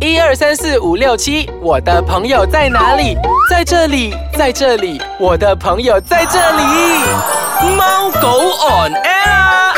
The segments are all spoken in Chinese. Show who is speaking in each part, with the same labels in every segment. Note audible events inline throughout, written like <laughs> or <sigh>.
Speaker 1: 一二三四五六七，我的朋友在哪里？在这里，在这里，我的朋友在这里。
Speaker 2: 猫狗 on air 啊。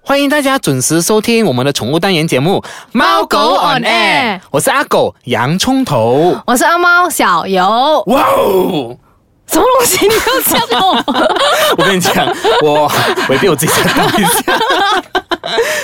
Speaker 3: 欢迎大家准时收听我们的宠物单元节目《猫狗 on air》，我是阿狗洋葱头。
Speaker 4: 我是阿猫小游，
Speaker 3: 哇哦！
Speaker 4: 什么东西你要这样
Speaker 3: <laughs>
Speaker 4: 我？
Speaker 3: 我跟你讲，我我被我自己吓到一 <laughs> 下。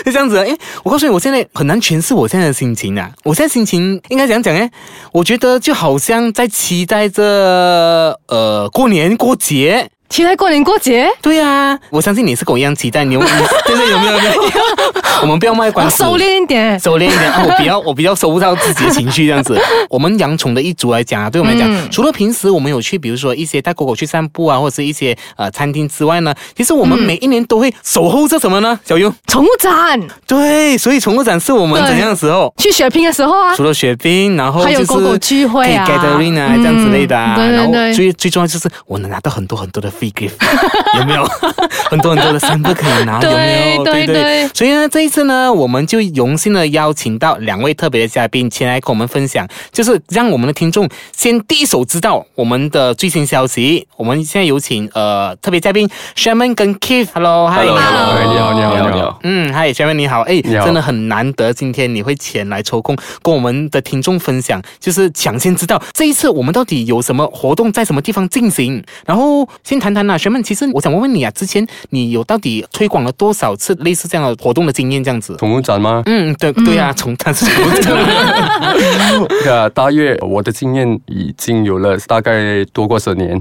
Speaker 3: 就这样子，哎，我告诉你，我现在很难诠释我现在的心情啊！我现在心情应该怎样讲呢？我觉得就好像在期待着呃过年过节。
Speaker 4: 期待过年过节，
Speaker 3: 对啊，我相信你是跟我一样期待，你有对对有没有？有没有 <laughs> 我们不要卖关
Speaker 4: 我
Speaker 3: 子，
Speaker 4: 收敛
Speaker 3: <laughs>
Speaker 4: 一点。
Speaker 3: 收敛一点啊！我比较我比较收不到自己的情绪这样子。 <laughs> 我们养宠的一族来讲啊，对我们来讲，
Speaker 4: 嗯
Speaker 3: 除了平时我们有去，比如说一些带狗狗去散步啊，或者是一些呃餐厅之外呢，其实我们每一年都会守候着什么呢？小优，
Speaker 4: 宠物展
Speaker 3: 对，所以宠物展是我们
Speaker 4: 对
Speaker 3: 怎样的哦时候？
Speaker 4: 去血拼的时候啊，
Speaker 3: 除了雪冰，然后
Speaker 4: 还
Speaker 3: 就
Speaker 4: 有
Speaker 3: 是
Speaker 4: 狗狗聚会啊
Speaker 3: 可以 gathering 啊、
Speaker 4: 嗯
Speaker 3: 这样之类的啊。
Speaker 4: 对对
Speaker 3: 然后
Speaker 4: 对
Speaker 3: 最最重要就是我能拿到很多很多的 free gift，有 <laughs> 没有？很多很多的三个可以拿，有没有？
Speaker 4: 对对对
Speaker 3: 所以呢，这一次呢，我们就荣幸的邀请到两位特别的嘉宾前来跟我们分享，就是让我们的听众先第一手知道我们的最新消息。我们现在有请呃特别嘉宾 Sherman 跟 Keith。Hello，Hi。
Speaker 4: Hello
Speaker 2: 哎你好，你好，你好。
Speaker 3: 嗯，嗨，前面你好，哎，
Speaker 2: 你好
Speaker 3: 真的很难得，今天你会前来抽空跟我们的听众分享，就是抢先知道这一次我们到底有什么活动在什么地方进行。然后先谈谈啦、学妹，其实我想问问你啊，之前你有到底推广了多少次类似这样的活动的经验？这样子？
Speaker 2: 宠物展吗？
Speaker 3: 嗯，对对啊，从但是啊嗯
Speaker 2: 呃，大约我的经验已经有了大概多过十年。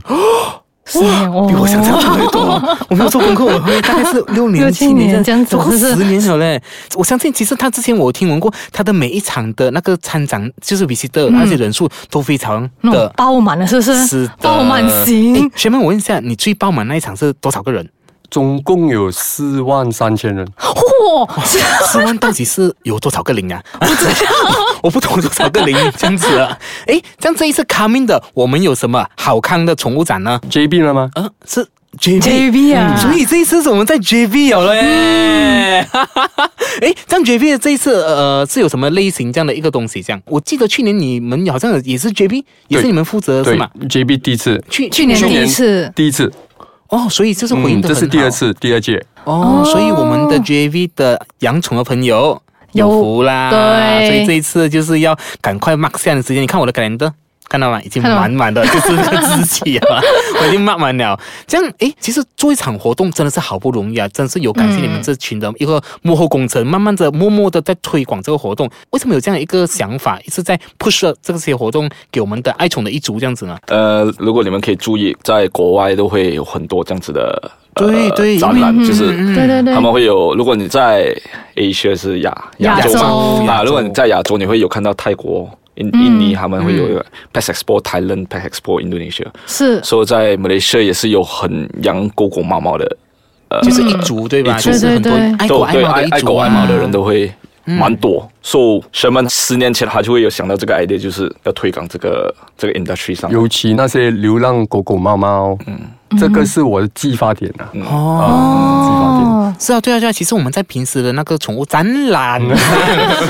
Speaker 4: 是哦
Speaker 3: 比我想象中的多。我没有做功课，我会大概是六年、
Speaker 4: 六
Speaker 3: 七
Speaker 4: 七
Speaker 3: 年
Speaker 4: 年这样子
Speaker 3: 超过
Speaker 4: 是
Speaker 3: 十
Speaker 4: 不是
Speaker 3: 年了嘞。我相信，其实他之前我有听闻过，他的每一场的那个参展，就是比 i 的那些人数都非常
Speaker 4: 那
Speaker 3: 的
Speaker 4: 种爆满了，是不是？
Speaker 3: 是的
Speaker 4: 爆满型
Speaker 3: 诶。学妹，我问一下，你最爆满那一场是多少个人？ <laughs>
Speaker 2: 总共有四万三千人，
Speaker 3: <laughs>
Speaker 4: 嚯，是
Speaker 3: 十万到底是有多少个零啊？不知道， <laughs> 我不懂多少个零这样子啊。诶，像这一次 coming 的，我们有什么好看的宠物展呢？
Speaker 2: JB 了吗？
Speaker 3: 嗯、是 JB。
Speaker 4: JB 啊，嗯
Speaker 3: 所以这一次是我们在 JB 有了 <laughs> 耶，哈哈哈。哎，像 JB 的这一次呃是有什么类型这样的一个东西？这样，我记得去年你们好像也是 JB，也是你们负责是
Speaker 2: 对
Speaker 3: 吗？
Speaker 2: ，JB 第一次，
Speaker 3: 去
Speaker 4: 去年第一次，
Speaker 2: 第一次，
Speaker 3: 哦，所以这是回应的、
Speaker 2: 嗯这是第二次，第二届。
Speaker 3: 哦，
Speaker 4: 哦
Speaker 3: 所以我们的 JV 的养宠的朋友有
Speaker 4: 有
Speaker 3: 福啦，
Speaker 4: 对
Speaker 3: 所以这一次就是要赶快 mark 下的时间。你看我的 calendar。看到吗？已经
Speaker 4: 看到吗
Speaker 3: 满满的，就是这个日期啊， <laughs> 我已经 mark 满了。这样，诶，其实做一场活动真的是好不容易啊，真是有感谢你们这群的一个幕后工程，慢慢的、默默的在推广这个活动。为什么有这样一个想法，一直在 push 这些活动给我们的爱宠的一族这样子呢？
Speaker 5: 呃，如果你们可以注意，在国外都会有很多这样子的呃
Speaker 3: 对对
Speaker 5: 展览，
Speaker 4: 嗯
Speaker 5: 就是
Speaker 4: 对对对
Speaker 5: 他，们会有。如果你在 Asia 是亚
Speaker 4: 亚
Speaker 5: 洲
Speaker 4: 洲
Speaker 5: 嘛，
Speaker 3: 亚
Speaker 5: 啊，
Speaker 3: 洲嗯
Speaker 5: 如果你在亚洲，你会有看到泰国、印印尼，他们会有一个 Pet Expo Thailand、Pet Expo Indonesia，
Speaker 4: 是
Speaker 5: 所以在马来西亚也是有很养狗狗、猫猫的，
Speaker 3: 就是一族对吧？
Speaker 5: 一
Speaker 3: 就
Speaker 5: 族
Speaker 3: 是很多
Speaker 4: 对对对
Speaker 3: 爱狗
Speaker 5: 都
Speaker 3: 爱
Speaker 5: 对
Speaker 3: 猫的
Speaker 5: 爱
Speaker 3: 一族、啊、嗯
Speaker 5: 爱狗爱猫的人都会。蛮多，所以什么十年前他就会有想到这个 idea，就是要推广这个这个 industry 上。
Speaker 2: 尤其那些流浪狗狗、猫猫，
Speaker 3: 嗯
Speaker 2: 这个是我的激发点啊，
Speaker 5: 嗯
Speaker 3: 哦。
Speaker 2: 啊，激发点。
Speaker 4: 哦，
Speaker 3: 是啊，对啊，对啊。其实我们在平时的那个宠物展览啊
Speaker 2: <laughs>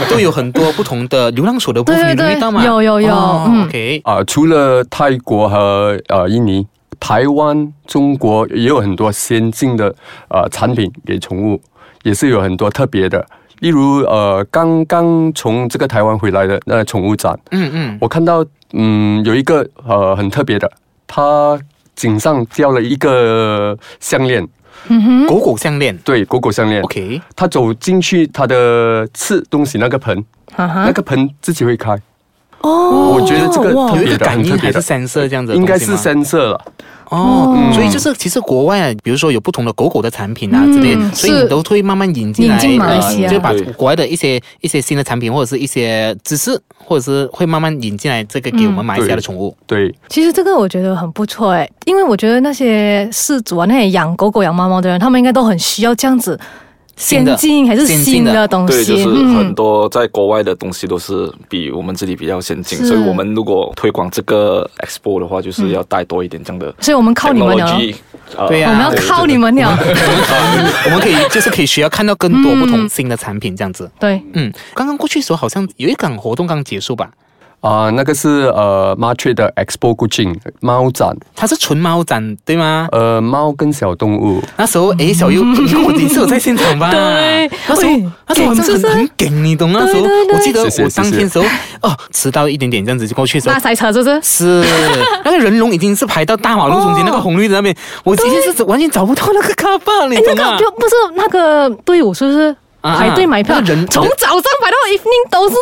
Speaker 3: 都有很多不同的流浪所的部分，
Speaker 4: 对
Speaker 3: 你留
Speaker 4: 对
Speaker 3: 意到吗？
Speaker 4: 有有有
Speaker 3: 哦
Speaker 4: 嗯
Speaker 3: OK，
Speaker 2: 啊、除了泰国和呃印尼，台湾、中国也有很多先进的呃产品给宠物，也是有很多特别的。例如呃，刚刚从这个台湾回来的那宠物展，
Speaker 3: 嗯嗯，
Speaker 2: 我看到嗯有一个呃很特别的，它颈上吊了一个项链，
Speaker 3: 嗯狗狗项链
Speaker 2: 对，狗狗项链。
Speaker 3: ，OK，
Speaker 2: 它走进去它的吃东西那个盆，
Speaker 4: 哈
Speaker 2: 那
Speaker 3: 啊
Speaker 4: 哈，
Speaker 2: 个盆自己会开，
Speaker 4: 哦
Speaker 2: 我觉得这个
Speaker 4: 哇
Speaker 2: 特
Speaker 3: 有
Speaker 2: 别
Speaker 3: 一个
Speaker 2: 的
Speaker 3: 感
Speaker 2: 很
Speaker 3: 应
Speaker 2: 特
Speaker 3: 还
Speaker 2: 别
Speaker 3: 是
Speaker 2: 嗯的
Speaker 3: 三色这样子的
Speaker 2: 应
Speaker 3: 东西吗，
Speaker 2: 该是深色了。
Speaker 3: 哦，
Speaker 2: 嗯
Speaker 3: 所以就是其实国外啊，比如说有不同的狗狗的产品啊之类的，
Speaker 4: 嗯
Speaker 3: 所以你
Speaker 4: 是
Speaker 3: 都会慢慢引进来，
Speaker 4: 引进马来西亚
Speaker 3: 呃就把
Speaker 5: 对
Speaker 3: 国外的一些一些新的产品或者是一些知识，或者是会慢慢引进来这个给我
Speaker 4: 嗯
Speaker 3: 们马来西亚的宠物。
Speaker 2: 对，
Speaker 4: 其实这个我觉得很不错哎，因为我觉得那些饲主啊，那些养狗狗、养猫猫的人，他们应该都很需要这样子。
Speaker 3: 新
Speaker 4: 先
Speaker 3: 的
Speaker 4: 进还是
Speaker 3: 先
Speaker 4: 新
Speaker 3: 进的
Speaker 4: 的东
Speaker 5: 对，就
Speaker 4: 西？嗯
Speaker 5: 是很多在国外的东西都是比我们这里比较先进，
Speaker 4: 是
Speaker 5: 所以我们如果推广这个 expo 的话，就是要带多一点这样的 technology，
Speaker 4: 嗯所以我们靠你们了，
Speaker 5: 呃
Speaker 3: 对呀
Speaker 4: 我们要靠你们
Speaker 3: 哎
Speaker 4: 了。
Speaker 3: 我们可以就是可以需要看到更多不同新的产品这样子。
Speaker 4: <laughs> 对，
Speaker 3: 嗯，刚刚过去的时候好像有一场活动刚结束吧？
Speaker 2: 啊、那个是呃 m a r t r e 的 Expo Kuching 猫展，
Speaker 3: 它是纯猫展对吗？
Speaker 2: 呃，猫跟小动物。
Speaker 3: 那时候诶，小优，你跟我第一次有在现场吧？
Speaker 4: 嗯 <laughs> 对
Speaker 3: 那时
Speaker 4: 喂
Speaker 3: 候那时候
Speaker 4: 是不
Speaker 3: 很
Speaker 4: 是
Speaker 3: 很很梗，你懂？那时候
Speaker 4: 对对对
Speaker 3: 我记得
Speaker 2: 谢谢
Speaker 3: 我当天的时候哦，迟到一点点这样子就过去的时候
Speaker 4: 大，塞车是不是？
Speaker 3: 是那个人龙已经是排到大马路中间、
Speaker 4: 哦
Speaker 3: 那个红绿的那边，我今天是完全找不到那个卡巴，你
Speaker 4: 哎，那
Speaker 3: 懂啊吗
Speaker 4: 个？不不是那个队伍，是不是？
Speaker 3: 啊
Speaker 4: 排队买票，
Speaker 3: 那个人
Speaker 4: 从早上排到 evening 都是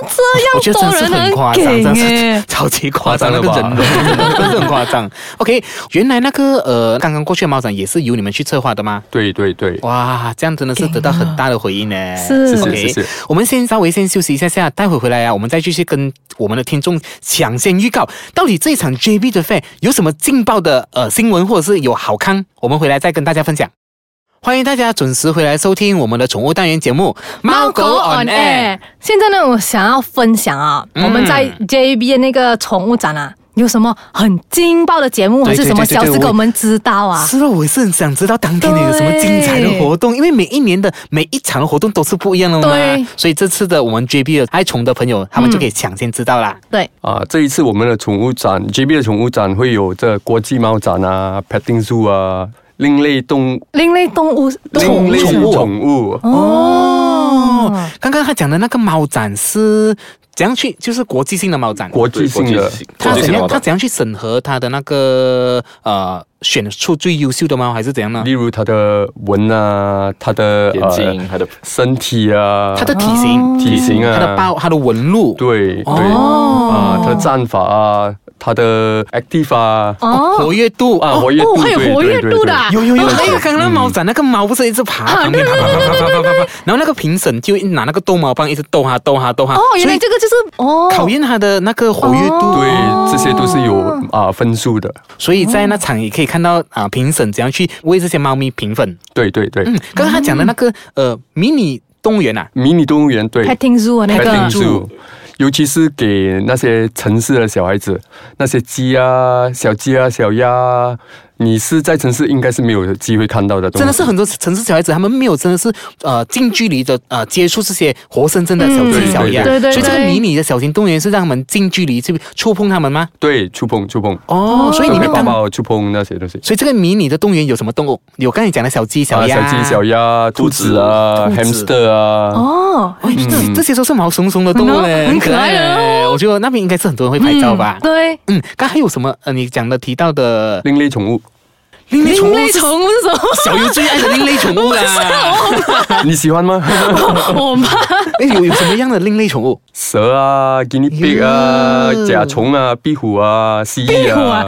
Speaker 3: 我觉
Speaker 4: 这
Speaker 3: 得
Speaker 4: 样
Speaker 3: 真
Speaker 4: 欸多
Speaker 3: 是
Speaker 4: 人，
Speaker 3: 很夸张，
Speaker 4: 给
Speaker 3: 真
Speaker 4: 耶
Speaker 3: 是超级夸张，那
Speaker 2: 夸
Speaker 3: 个
Speaker 2: 张
Speaker 3: 人
Speaker 2: 了吧
Speaker 3: 龙 <laughs> 真的真是很夸张。OK，原来那个呃，刚刚过去的猫展也是由你们去策划的吗？
Speaker 2: 对对对，
Speaker 3: 哇，这样真的是得到很大的回应呢。
Speaker 4: 是谢谢
Speaker 3: OK，
Speaker 2: 谢谢
Speaker 3: 我们先稍微先休息一下下，待会回来啊，我们再继续跟我们的听众抢先预告，到底这一场 JB 的 Fan 有什么劲爆的呃新闻，或者是有好康，我们回来再跟大家分享。欢迎大家准时回来收听我们的宠物单元节目《猫狗 on air》。。
Speaker 4: 哎现在呢，我想要分享啊，
Speaker 3: 嗯
Speaker 4: 我们在 JB 的那个宠物展啊，有什么很劲爆的节目还
Speaker 3: 对对
Speaker 4: 是什么
Speaker 3: 对对
Speaker 4: 消
Speaker 3: 对
Speaker 4: 息
Speaker 3: 我
Speaker 4: 给我们知道啊？
Speaker 3: 是了，我也是很想知道当天的有什么精彩的活动，因为每一年的每一场活动都是不一样的
Speaker 4: 对
Speaker 3: 嘛。所以这次的我们 JB 的爱宠的朋友，他们就可以抢先知道啦。
Speaker 4: 对，
Speaker 2: 啊、这一次我们的宠物展，JB 的宠物展会有这国际猫展啊、Petting Zoo 啊、另类动
Speaker 4: 另类动物动
Speaker 2: 另类
Speaker 4: 物
Speaker 2: 宠物。
Speaker 4: 哦，
Speaker 3: 刚刚他讲的那个猫展是怎样去，就是国际性的猫展。
Speaker 2: 国际性的，
Speaker 5: 国
Speaker 3: 他
Speaker 5: 际
Speaker 3: 怎
Speaker 5: 性的
Speaker 3: 样？
Speaker 5: 话
Speaker 3: 他怎样去审核他的那个呃，选出最优秀的猫，还是怎样呢
Speaker 2: 例？如它的纹啊、它的
Speaker 5: 眼睛还有
Speaker 2: 身体啊、
Speaker 3: 它的体型、
Speaker 2: 体型啊、
Speaker 3: 它的包、它的纹路，
Speaker 2: 对对啊，它的战法啊，它的 active 啊，
Speaker 3: 活跃度
Speaker 2: 啊，
Speaker 3: 哦
Speaker 2: 活跃度，
Speaker 4: 哦还有
Speaker 2: 对
Speaker 4: 活跃
Speaker 2: 对对
Speaker 4: 度的
Speaker 2: 对
Speaker 4: 啊
Speaker 3: 有有有，那个刚刚猫展那个猫不是一直爬旁边爬爬爬爬爬爬，然后那个评审就拿那个逗猫棒一直逗它逗它逗它，
Speaker 4: 哦，原来
Speaker 3: 啊所以
Speaker 4: 这个就是哦，
Speaker 3: 考验它的那个活跃度。
Speaker 2: 对，这些都是有
Speaker 3: 哦
Speaker 2: 啊分数的。
Speaker 3: 所以在那场也可以看到啊，评审怎样去为这些猫咪评分。
Speaker 2: 对对对，
Speaker 3: 嗯，刚刚他讲的那个呃迷你动物园啊，
Speaker 2: 迷你动物园对
Speaker 4: petting zoo 啊那个
Speaker 2: petting zoo，尤其是给那些城市的小孩子，那些鸡啊、小鸡啊、小鸭啊，你是在城市应该是没有机会看到的东西。
Speaker 3: 真的是很多城市小孩子他们没有真的是呃近距离的呃接触这些活生生的小鸡
Speaker 4: 嗯
Speaker 3: 小鸭，
Speaker 4: 对对对
Speaker 3: 所以这个
Speaker 4: 对
Speaker 3: 迷你的小型动物园是让他们近距离去触碰它们吗？
Speaker 2: 对触碰触碰，
Speaker 3: 哦，所以你
Speaker 2: 你
Speaker 3: 们
Speaker 2: 会抱
Speaker 3: 刚
Speaker 2: 抱触碰那些东西。
Speaker 3: 所以这个迷你的动物园有什么动物？有刚才讲的小鸡、小
Speaker 2: 啊，
Speaker 3: 鸭、
Speaker 2: 小鸡、小鸭、兔子啊、
Speaker 3: 兔子
Speaker 2: hamster 啊，
Speaker 4: 哦，
Speaker 3: 哎这这些都是毛茸茸的动物嘞，
Speaker 4: 嗯很可爱啊的
Speaker 3: 嘞。我觉得那边应该是很多人会拍照吧。
Speaker 4: 对，
Speaker 3: 嗯，刚还有什么？呃，你讲的提到的
Speaker 2: 另类宠
Speaker 3: <laughs>
Speaker 2: 物，
Speaker 3: 另类宠
Speaker 4: 另
Speaker 3: 物
Speaker 4: 类
Speaker 3: 是
Speaker 4: 宠物是什么？
Speaker 3: 小优最爱的另类宠物
Speaker 4: <laughs>
Speaker 3: 啦。
Speaker 2: 你喜
Speaker 3: <laughs>
Speaker 2: 欢吗？
Speaker 4: 我妈
Speaker 3: 哎，有有什么样的另类宠物？
Speaker 2: 蛇啊、guinea pig 啊
Speaker 3: 哟、
Speaker 2: 甲虫啊、壁虎啊、蜥蜴啊，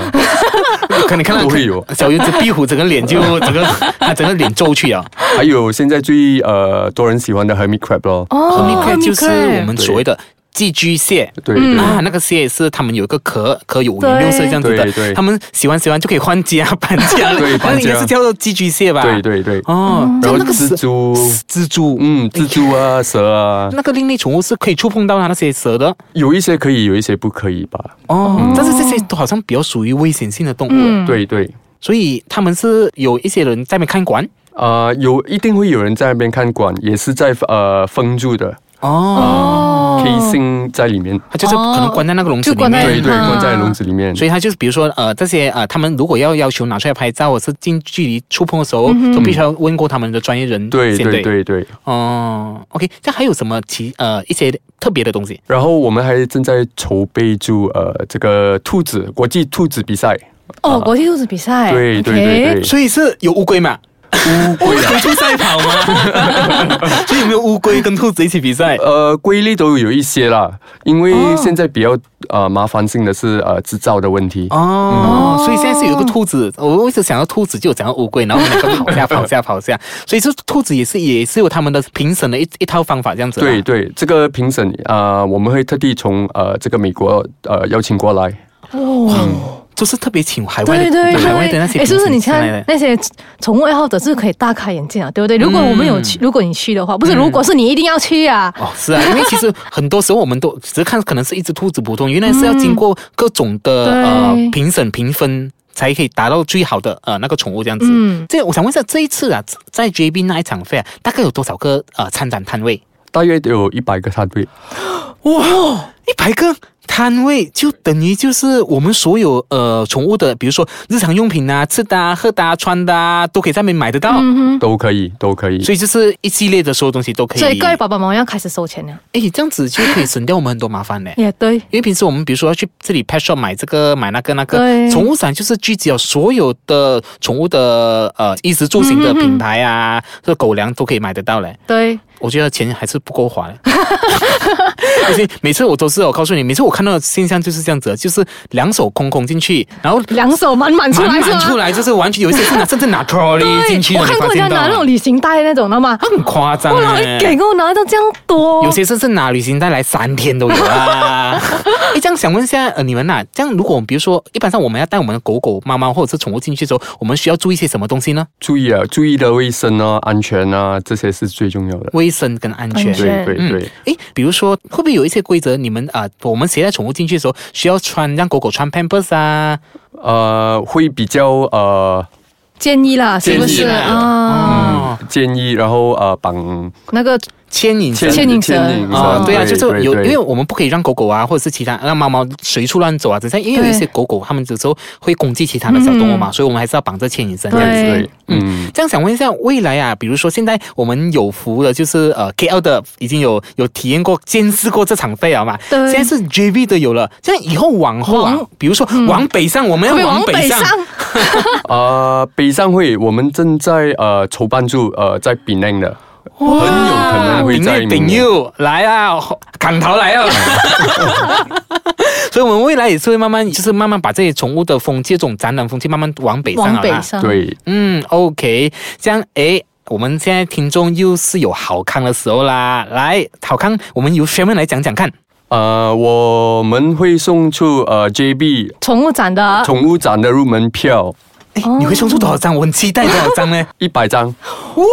Speaker 3: 可能看到
Speaker 2: 都会有
Speaker 3: 哦小优这壁虎整个脸就整个他整个脸皱去啊。
Speaker 2: 还有现在最呃多人喜欢的 hermit crab 咯。
Speaker 4: 哦
Speaker 3: Hermit crab 就是我们
Speaker 2: 对
Speaker 3: 所谓的寄居蟹。
Speaker 2: 对对
Speaker 3: 啊，那个蟹是他们有一个壳，壳有五颜六色这样子
Speaker 2: 对
Speaker 3: 的，
Speaker 2: 对
Speaker 3: 他们喜欢喜欢就可以换家搬家了，
Speaker 2: 对
Speaker 3: 那
Speaker 2: 搬家
Speaker 3: 应该是叫做寄居蟹吧？
Speaker 2: 对。对对，
Speaker 3: 哦，
Speaker 2: 然
Speaker 3: 后
Speaker 2: 后
Speaker 3: 那个
Speaker 2: 蜘
Speaker 3: 蛇
Speaker 2: 蛛，
Speaker 3: 蜘蛛，
Speaker 2: 嗯，蜘蛛啊、蛇啊，
Speaker 3: 那个另类宠物是可以触碰到它那些蛇的
Speaker 2: 有一些可以，有一些不可以吧？
Speaker 3: 哦，但是这些都好像比较属于危险性的动物，
Speaker 4: 嗯
Speaker 2: 对对，
Speaker 3: 所以他们是有一些人在那边看管
Speaker 2: 啊，有一定会有人在那边看管，也是在呃封住的
Speaker 3: 哦，
Speaker 4: 哦
Speaker 2: K 星在里面，
Speaker 3: 它就是可能关在那个笼子里
Speaker 4: 就关在
Speaker 3: 面
Speaker 2: 对。对，
Speaker 4: 啊
Speaker 2: 关在笼子里面。
Speaker 3: 所以它就是，比如说，呃，这些呃，他们如果要要求拿出来拍照，或是近距离触碰的时
Speaker 4: 嗯
Speaker 3: 候，都必须要问过他们的专业人
Speaker 2: 对
Speaker 3: 先
Speaker 2: 对对对，
Speaker 3: 哦，OK，这还有什么其呃一些特别的东西？
Speaker 2: 然后我们还正在筹备住呃这个兔子国际兔子比赛，
Speaker 4: 哦，国际兔子比赛，
Speaker 2: 对对对
Speaker 4: OK
Speaker 3: <laughs>
Speaker 2: 对，
Speaker 3: 所以是有乌龟嘛？乌龟出赛跑吗？ <laughs> 所以有没有乌龟跟兔子一起比赛？
Speaker 2: 呃，龟类都有一些啦，因为
Speaker 3: 哦
Speaker 2: 现在比较呃麻烦性的是呃制造的问题。
Speaker 3: 哦，所以现在是有一个兔子，我一直想到兔子，就有讲到乌龟，然后我们两个跑下跑下跑下，所以这兔子也是也是有他们的评审的一一套方法这样子啊啦。
Speaker 2: 对对，这个评审啊、呃我们会特地从呃这个美国呃邀请过来，
Speaker 3: 就是特别请海外的
Speaker 4: 对对
Speaker 3: 海外的那
Speaker 4: 对，
Speaker 3: 些
Speaker 4: 哎，
Speaker 3: 明
Speaker 4: 是
Speaker 3: 星
Speaker 4: 不是你
Speaker 3: 上来
Speaker 4: 看
Speaker 3: 的嗯
Speaker 4: 那些宠物爱好者是可以大开眼界啊，对不对？如果我们有去，如果你去的话，不是，如果是你一定要去啊。
Speaker 3: 哦，是啊，因 <laughs> 为其实很多时候我们都只是看，可能是一只兔子普通，原来是要经过各种的、
Speaker 4: 嗯对
Speaker 3: 呃评审评分。才可以达到最好的呃那个宠物这样子。
Speaker 4: 嗯
Speaker 3: 这我想问一下，这一次啊，在 JB 那一场费啊，大概有多少个呃参展摊位？
Speaker 2: 大约有一百个摊位。
Speaker 3: 一百个摊位就等于就是我们所有呃宠物的，比如说日常用品啊、吃的啊、喝的啊、穿的啊，都可以在那边买得到。
Speaker 4: 嗯
Speaker 2: 都可以，都可以。
Speaker 3: 所以就是一系列的所有东西都可
Speaker 4: 哼，
Speaker 3: 以。
Speaker 4: 所以各位爸爸妈妈要开始收钱了。
Speaker 3: 哎，这样子就可以省掉我们很多麻烦
Speaker 4: <laughs>
Speaker 3: 嘞。
Speaker 4: 也对，
Speaker 3: 因为平时我们比如说要去这里 pet shop 买这个买那个那个，
Speaker 4: 对
Speaker 3: 宠物展就是聚集了所有的宠物的呃衣食住
Speaker 4: 嗯
Speaker 3: 行的品牌啊，这、狗粮都可以买得到嘞。
Speaker 4: 对，
Speaker 3: 我觉得钱还是不够
Speaker 4: <laughs>
Speaker 3: 花嘞。而且每次我都是，我告诉你，每次我看到的现象就是这样子，就是两手空空进去，然后
Speaker 4: 两手满满出
Speaker 3: 满
Speaker 4: 来是
Speaker 3: 满
Speaker 4: 吗？
Speaker 3: 出来，就是完全有一些是拿甚至拿 trolley 进去
Speaker 4: 对，
Speaker 3: 的，
Speaker 4: 我看
Speaker 3: 你
Speaker 4: 过
Speaker 3: 发
Speaker 4: 人家
Speaker 3: 现到
Speaker 4: 拿那种
Speaker 3: 吗？
Speaker 4: 旅行袋那种的嘛，
Speaker 3: 很夸张
Speaker 4: 哇，
Speaker 3: 欸
Speaker 4: 给我拿到这样多，
Speaker 3: 有些甚至拿旅行袋来三天都有啊！哎，这样想问一下，呃，你们呐、这样如果我们比如说，一般上我们要带我们的狗狗、猫猫或者是宠物进去的时候，我们需要注意些什么东西呢？
Speaker 2: 注意啊，注意的卫生啊、安全啊，这些是最重要的。
Speaker 3: 卫生跟安全。
Speaker 4: 安全
Speaker 2: 对对
Speaker 3: 嗯
Speaker 2: 对，，
Speaker 3: 哎，比如说，会不会有一些规则？你们啊、我们携带宠物进去的时候，需要穿让狗狗穿 Pampers 啊？
Speaker 2: 呃，会比较呃
Speaker 4: 建议啦，是不是
Speaker 2: 建议啦
Speaker 4: 啊？
Speaker 3: 哦，
Speaker 2: 建议，然后呃绑
Speaker 4: 那个
Speaker 3: 嗯牵引绳
Speaker 4: 牵牵引绳
Speaker 3: 啊、
Speaker 4: 嗯
Speaker 3: 对啊，就是有，因为
Speaker 2: 为
Speaker 3: 我们不可以让狗狗啊，或者是其他让猫猫随处乱走啊，只是因为有一些狗狗它们有时候会攻击其他的小动物嘛，
Speaker 4: 嗯
Speaker 3: 所以我们还是要绑着牵引绳这样子。
Speaker 4: 对
Speaker 2: 对，嗯，
Speaker 3: 这样想问一下，未来啊，比如说现在我们有福的，就是呃 KL 的已经有有体验过、见识过这场费了嘛，
Speaker 4: 对
Speaker 3: 现在是 JV 的有了，这样以后往后啊
Speaker 4: 往，
Speaker 3: 比如说往北上，我们要
Speaker 4: 会
Speaker 3: 往
Speaker 4: 往北
Speaker 3: 上
Speaker 4: 上，
Speaker 2: 呃，北上会我们正在呃筹办住呃在 Penang 的，很
Speaker 3: 哦
Speaker 2: 有可能会
Speaker 3: 顶
Speaker 2: 在
Speaker 3: 又
Speaker 2: 明
Speaker 3: 顶
Speaker 2: 年
Speaker 3: 又来啊，港头来
Speaker 4: <laughs>
Speaker 3: 啊！所以，我们未来也是会慢慢，就是慢慢把这些宠物的风气、这种展览风气，慢慢往北上啊
Speaker 4: 往
Speaker 3: 好
Speaker 4: 北
Speaker 3: 啦。
Speaker 4: 上，
Speaker 2: 对，
Speaker 3: 嗯，OK，这样诶，我们现在听众又是有好康的时候啦。来，好康，我们由 Sherman 来讲讲看。
Speaker 2: 呃，我们会送出呃 JB
Speaker 4: 宠物展
Speaker 3: 啊
Speaker 4: 的，
Speaker 2: 宠物展的入门票
Speaker 3: 诶，你会送出多少张？我很期待多少张呢？
Speaker 2: 一百张，
Speaker 3: 哇，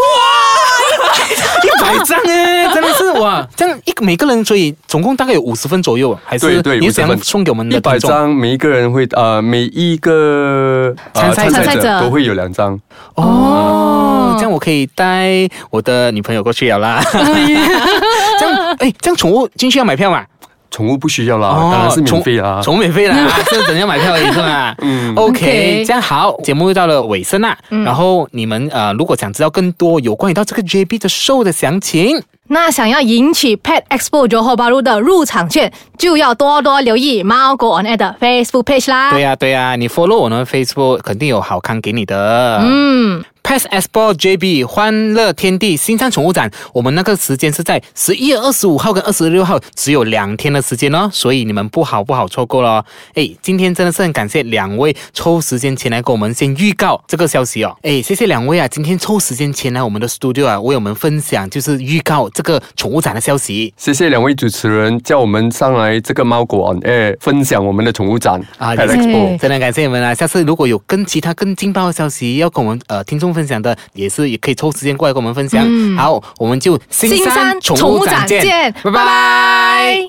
Speaker 3: 一百张哎，真的是哇！这样一每个人，所以总共大概有五十分左右，啊还是
Speaker 2: 对对，
Speaker 3: 你是怎样送给我们的
Speaker 2: 一百
Speaker 3: 听众？
Speaker 2: 张，每一个人会呃每一个
Speaker 3: 参
Speaker 2: 呃
Speaker 3: 赛者
Speaker 4: 参赛者
Speaker 2: 都会有两张。
Speaker 3: 哦，这样我可以带我的女朋友过去了啦。这样，哎，这样宠物进去要买票嘛？
Speaker 2: 宠物不需要啦，当然是免费啦。
Speaker 3: 宠物哦免费
Speaker 2: <laughs>
Speaker 3: 啦，就等一下买票而已是吧？嗯
Speaker 2: 嗯
Speaker 3: ，OK，
Speaker 4: OK
Speaker 3: 这样好，节目又到了尾声啦。然后你们呃，如果想知道更多有关于到这个 JB 的 show 的详情，
Speaker 4: 那想要赢取 Pet Expo 九后八路的入场券，就要多多留意猫狗 on air 的 Facebook page 啦。
Speaker 3: 对呀、啊对呀、你 follow 我们 Facebook 肯定有好康给你的。
Speaker 4: 嗯，
Speaker 3: Pass Expo JB 欢乐天地新山宠物展，我们那个时间是在十一月二十五号跟二十六号，只有两天的时间哦，所以你们不好不好错过了。哎，今天真的是很感谢两位抽时间前来跟我们先预告这个消息哦。哎，谢谢两位啊，今天抽时间前来我们的 studio 啊，为我们分享就是预告这个宠物展的消息。
Speaker 2: 谢谢两位主持人叫我们上来这个猫狗 on air 分享我们的宠物展
Speaker 3: 啊
Speaker 2: Pet
Speaker 3: 对
Speaker 2: Expo
Speaker 4: 对
Speaker 3: 真的感谢你们啦！啊下次如果有跟其他更劲爆的消息要跟我们呃听众分享的，也是也可以抽时间过来跟我们分享。好，我们就
Speaker 4: 新山
Speaker 3: 宠
Speaker 4: 宠物
Speaker 3: 展
Speaker 4: 展
Speaker 3: 见
Speaker 4: 见，
Speaker 3: 拜拜。